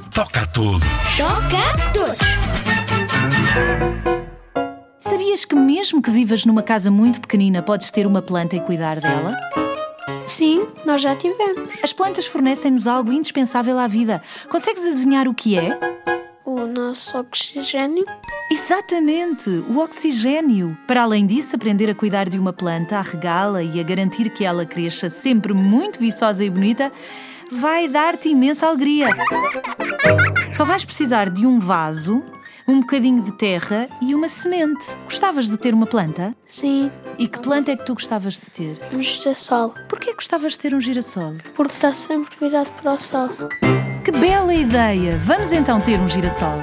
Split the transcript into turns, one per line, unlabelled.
tudo.
Toca todos.
Sabias que mesmo que vivas numa casa muito pequenina, podes ter uma planta e cuidar dela?
Sim, nós já tivemos.
As plantas fornecem-nos algo indispensável à vida. Consegues adivinhar o que é?
O nosso oxigênio.
Exatamente, o oxigênio. Para além disso, aprender a cuidar de uma planta, a regá-la e a garantir que ela cresça sempre muito viçosa e bonita, vai dar-te imensa alegria. Só vais precisar de um vaso, um bocadinho de terra e uma semente. Gostavas de ter uma planta?
Sim,
E que planta é que tu gostavas de ter?
um girassol.
Porquê gostavas de ter um girassol?
Porque está sempre virado para o sol.
Que bela ideia! Vamos então ter um girassol.